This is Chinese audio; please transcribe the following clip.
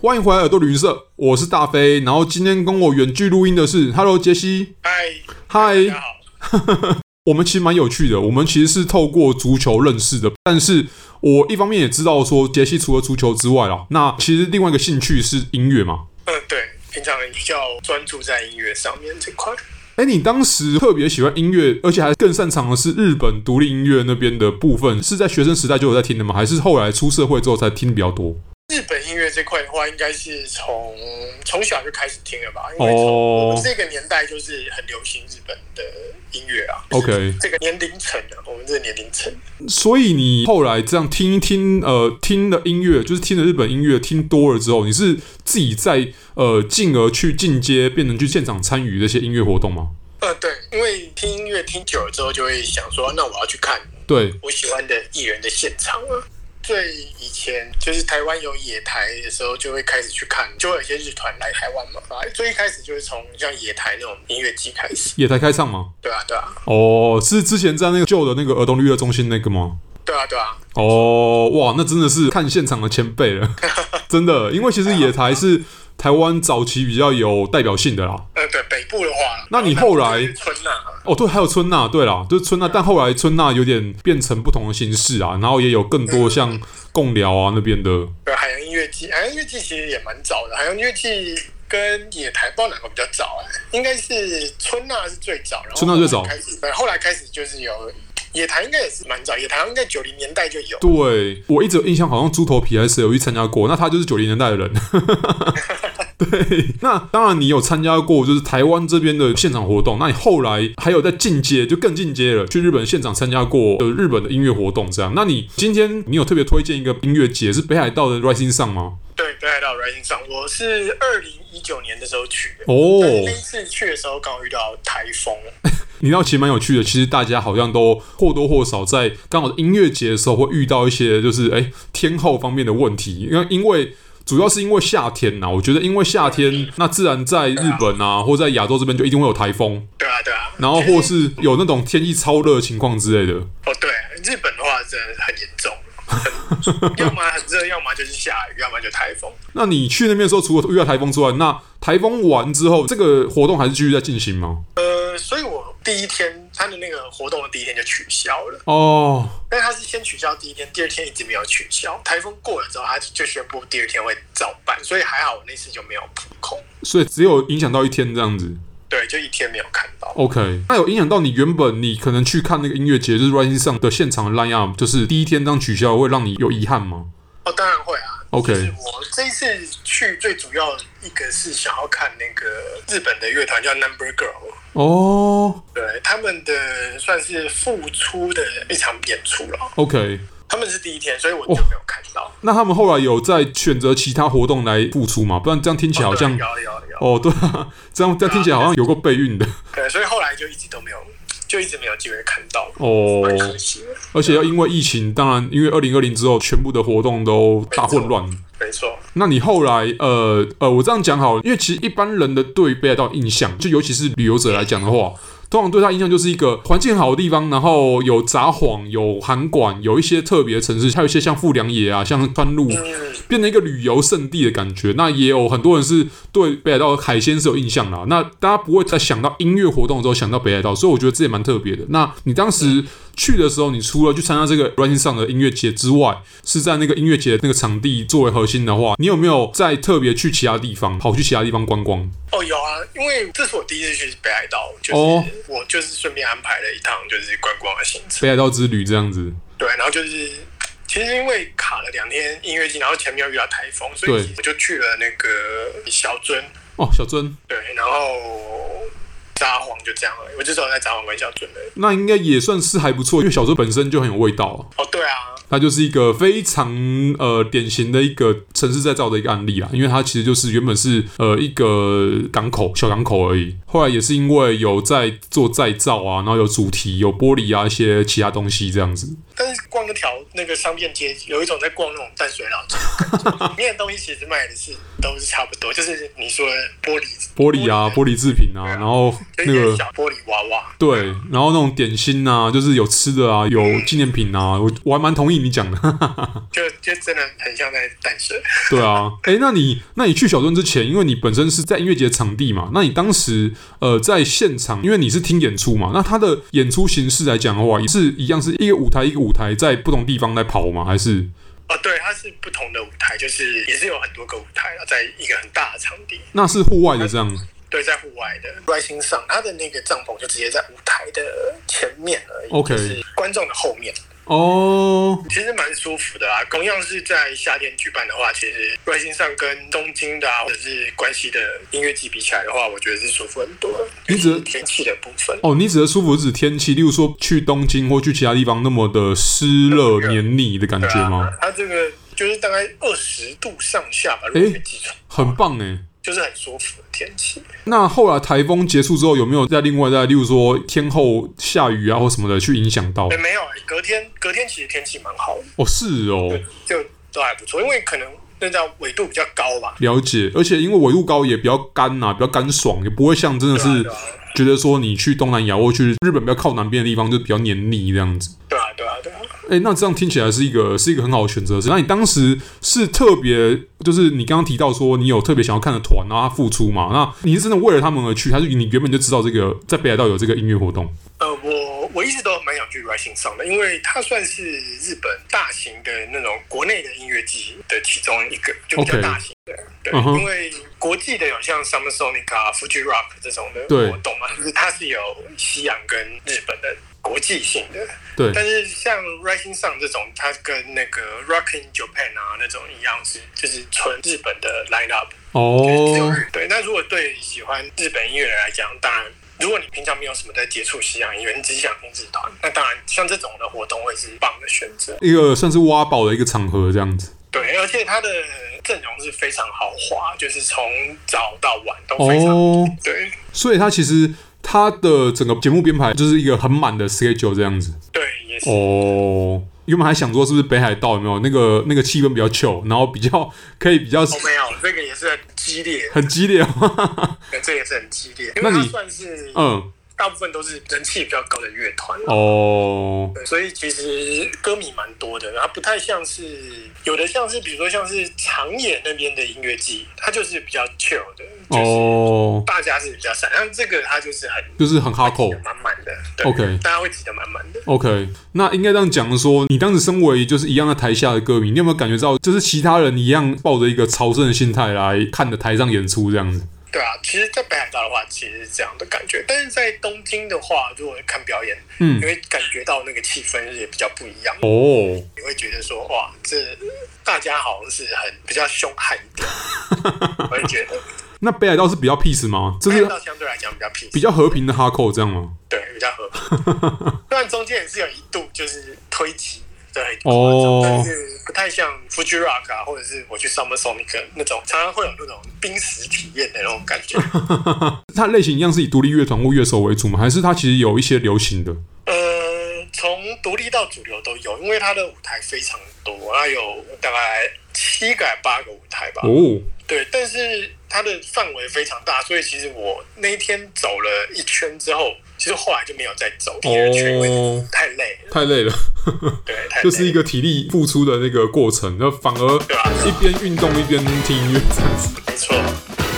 欢迎回来耳朵旅行社，我是大飞。然后今天跟我远距录音的是 Hello 杰西，嗨，嗨，大家好。我们其实蛮有趣的，我们其实是透过足球认识的，但是我一方面也知道说杰西除了足球之外啦，那其实另外一个兴趣是音乐嘛。嗯，对，平常比较专注在音乐上面这块。哎，你当时特别喜欢音乐，而且还更擅长的是日本独立音乐那边的部分，是在学生时代就有在听的吗？还是后来出社会之后才听的比较多？日本音乐这块的话，应该是从从小就开始听了吧，因为从我哦们这个年代就是很流行日本的音乐啊， ，OK，这个年龄层啊，我们这个年龄层。所以你后来这样听一听，呃，听的音乐就是听的日本音乐，听多了之后，你是自己在呃，进而去进阶，变成去现场参与这些音乐活动吗？呃，对，因为听音乐听久了之后，就会想说，啊那我要去看对，我喜欢的艺人的现场啊。最以前就是台湾有野台的时候，就会开始去看，就会有一些日团来台湾嘛。啊最一开始就是从像野台那种音乐季开始，也才开唱吗？对啊，对啊，哦，是之前在那个旧的那个儿童娱乐中心那个吗？对啊，对啊，哦，哇，那真的是看现场的前辈了， 真的，因为其实野台是台湾早期比较有代表性的啦。呃，对，北部的话，那你后来就是春呐、啊，哦，对，还有春娜，对啦，就是春娜，但后来春娜有点变成不同的形式啊，然后也有更多像共聊啊那边的，对海洋音乐季，海洋音乐季其实也蛮早的，海洋音乐季跟野台不知道哪个比较早哎、应该是春娜是最早，然后春啊娜最早后来开始，对，后来开始就是有野台，应该也是蛮早，野台应该九零年代就有，对我一直有印象，好像猪头皮还是谁有去参加过，那他就是九零年代的人。对，那当然你有参加过，就是台湾这边的现场活动。那你后来还有在进阶，就更进阶了，去日本现场参加过呃日本的音乐活动，这样。那你今天你有特别推荐一个音乐节是北海道的 Rising Sun 吗？对，北海道 Rising Sun，我是二零一九年的时候去的。哦，但是那一次去的时候，刚好遇到台风，你那其实蛮有趣的，其实大家好像都或多或少在刚好音乐节的时候会遇到一些就是哎、诶天候方面的问题，因为因为主要是因为夏天呐、我觉得因为夏天，那自然在日本啊或在亚洲这边就一定会有台风，对啊，对啊。然后或是有那种天气超热的情况之类的。哦，对，日本的话真的很严重，很 要么很热，要么就是下雨，要么就台风。那你去那边的时候，除了遇到台风之外，那台风完之后，这个活动还是继续在进行吗？呃，所以我第一天他的那个活动的第一天就取消了，哦，但是他是先取消第一天，第二天一直没有取消。台风过了之后，他就宣布第二天会照办，所以还好我那次就没有扑空，所以只有影响到一天这样子。对，就一天没有看到。 OK，那有影响到你原本你可能去看那个音乐节，就是 Rising 上的现场的 line up，就是第一天当取消，会让你有遗憾吗？哦，当然会啊。 OK 就是我这一次去最主要一个是想要看那个日本的乐团叫 Number Girl，哦、对他们的算是复出的一场演出了。 o k 他们是第一天，所以我就没有看到。那他们后来有在选择其他活动来付出嘛？不然这样听起来好像对有有有，哦，对啊，这样这样听起来好像有过备孕的对，所以后来就一直都没有，就一直没有机会看到，哦。蛮可惜的。而且要因为疫情，当然因为二零二零之后，全部的活动都大混乱。没错，那你后来，呃呃，我这样讲好了，因为其实一般人的对北海道印象，就尤其是旅游者来讲的话，通常对他印象就是一个环境好的地方，然后有札幌、有函馆、有一些特别的城市，还有一些像富良野啊、像川路，嗯，变成一个旅游胜地的感觉。那也有很多人是对北海道海鲜是有印象啦。那大家不会在想到音乐活动的时候想到北海道，所以我觉得这也蛮特别的。那你当时去的时候，你除了去参加这个 Rising 上的音乐节之外，是在那个音乐节那个场地作为核心的话，你有没有再特别去其他地方，跑去其他地方观光？哦，有啊，因为这是我第一次去北海道，就是、哦我就是顺便安排了一趟就是观光的行程。北海道之旅这样子？对，啊然后就是其实因为卡了两天音乐季，然后前面又遇到台风，所对以我就去了那个小樽，哦，小珍，对，然后札幌就这样了。我就只有在札幌跟小樽而已。那应该也算是还不错，因为小珍本身就很有味道啊。哦，对啊，它就是一个非常呃典型的一个城市再造的一个案例啦，因为它其实就是原本是呃一个港口小港口而已，后来也是因为有在做再造啊，然后有主题、有玻璃啊一些其他东西这样子。但是逛那条那个商店街，有一种在逛那种淡水老街的感觉，里面的东西其实卖的是都是差不多，就是你说的玻璃哦玻璃啊，玻璃制品啊，然后那就一个些小玻璃娃娃，对，然后那种点心啊，就是有吃的啊，有纪念品啊，我我还蛮同意你讲的。就就真的很像在诞生。 对啊，哎，那你那你去小镇之前，因为你本身是在音乐节场地嘛，那你当时呃在现场，因为你是听演出嘛，那它的演出形式来讲的话，也是一样是一个舞台一个舞台在不同地方来跑吗？还是哦，对，它是不同的舞台，就是也是有很多个舞台啊，在一个很大的场地，那是户外的这样？对，在户外的 Rising Sun，它的那个帐篷就直接在舞台的前面而已 OK 就是观众的后面，哦，其实蛮舒服的啊。同样是在夏天举办的话，其实 Rising Sun 跟东京的啊，或者是关西的音乐季比起来的话，我觉得是舒服很多，你尤指其是天气的部分。哦，你指的舒服是指天气，例如说去东京或去其他地方那么的湿热黏腻的感对觉吗啊？，它这个就是大概二十度上下吧，如果诶没记错，很棒哎、就是很舒服的天气。那后来台风结束之后，有没有在另外在例如说天后下雨啊或什么的去影响到哎、？没有、欸，隔天隔天其实天气蛮好的，哦，是哦。就都还不错，因为可能那叫纬度比较高吧。了解，而且因为纬度高也比较干呐、啊比较干爽，也不会像真的是对啊觉得说你去东南亚或去日本比较靠南边的地方就比较黏腻这样子。对啊，对啊，对啊。哎、那这样听起来是一个是一个很好的选择。是那你当时是特别，就是你刚刚提到说你有特别想要看的团，然后他付出嘛？那你是真的为了他们而去，还是你原本就知道这个在北海道有这个音乐活动？呃，我我一直都蛮想去 Rising Sun 的，因为它算是日本大型的那种国内的音乐季的其中一个，就比 OK 较大型的。对嗯哼因为国际的有像 Summer Sonic 啊、Fuji Rock 这种的对活动嘛，就是它是有西洋跟日本的国际性的。对，但是像 Rising Sun 这种，它跟那个 Rock in Japan 啊那种一样是，就是纯日本的 line up。哦，对，那如果对喜欢日本音乐人来讲，当然，如果你平常没有什么在接触西洋音乐，你只想听日团，那当然像这种的活动会是棒的选择。一个算是挖宝的一个场合这样子。对，而且它的阵容是非常豪华，就是从早到晚都非常、哦，对。所以它其实它的整个节目编排就是一个很满的 schedule 这样子。对，也是、哦，原本还想说是不是北海道有没有那个那个气氛比较 chill，然后比较可以比较哦，没有，这个也是很激烈，很激烈，对这个也是很激烈，因那为它你算是 嗯，大部分都是人气比较高的乐团啦哦，对所以其实歌迷蛮多的，然后不太像是有的像是比如说像是长野那边的音乐季，它就是比较 chill 的，就是哦，大家是比较散，像这个它就是很就是很 hardcore。满满的，对 OK 大家会挤得满满的。 OK，那应该这样讲说，你当时身为就是一样的台下的歌迷，你有没有感觉到，就是其他人一样抱着一个朝圣的心态来看的台上演出这样子？对啊，其实，在北海道的话，其实是这样的感觉，但是在东京的话，如果看表演，嗯你会感觉到那个气氛也比较不一样，哦，你会觉得说，哇，这大家好像是很比较凶悍一 点，我会觉得那北海道是比较 peace 吗？就北海是道相对来讲比较平，比较和平的 hardcore 这样吗？对，比较 合理。虽然中间也是有一度就是推挤，对，很夸张哦但是不太像 Fuji Rock 啊，或者是我去 Summer Sonic 那种，常常会有那种濒死体验的那种 感觉。它类型一样是以独立乐团或乐手为主吗？还是它其实有一些流行的？呃，从独立到主流都有，因为它的舞台非常多，它有大概七个还八个舞台吧。哦，对，但是它的范围非常大，所以其实我那一天走了一圈之后，其实后来就没有再走第二圈，因为哦，太累了。太累了， 对，太累了就是一个体力付出的那个过程，那反而对啊，一边运动一边听音乐这样子。没错。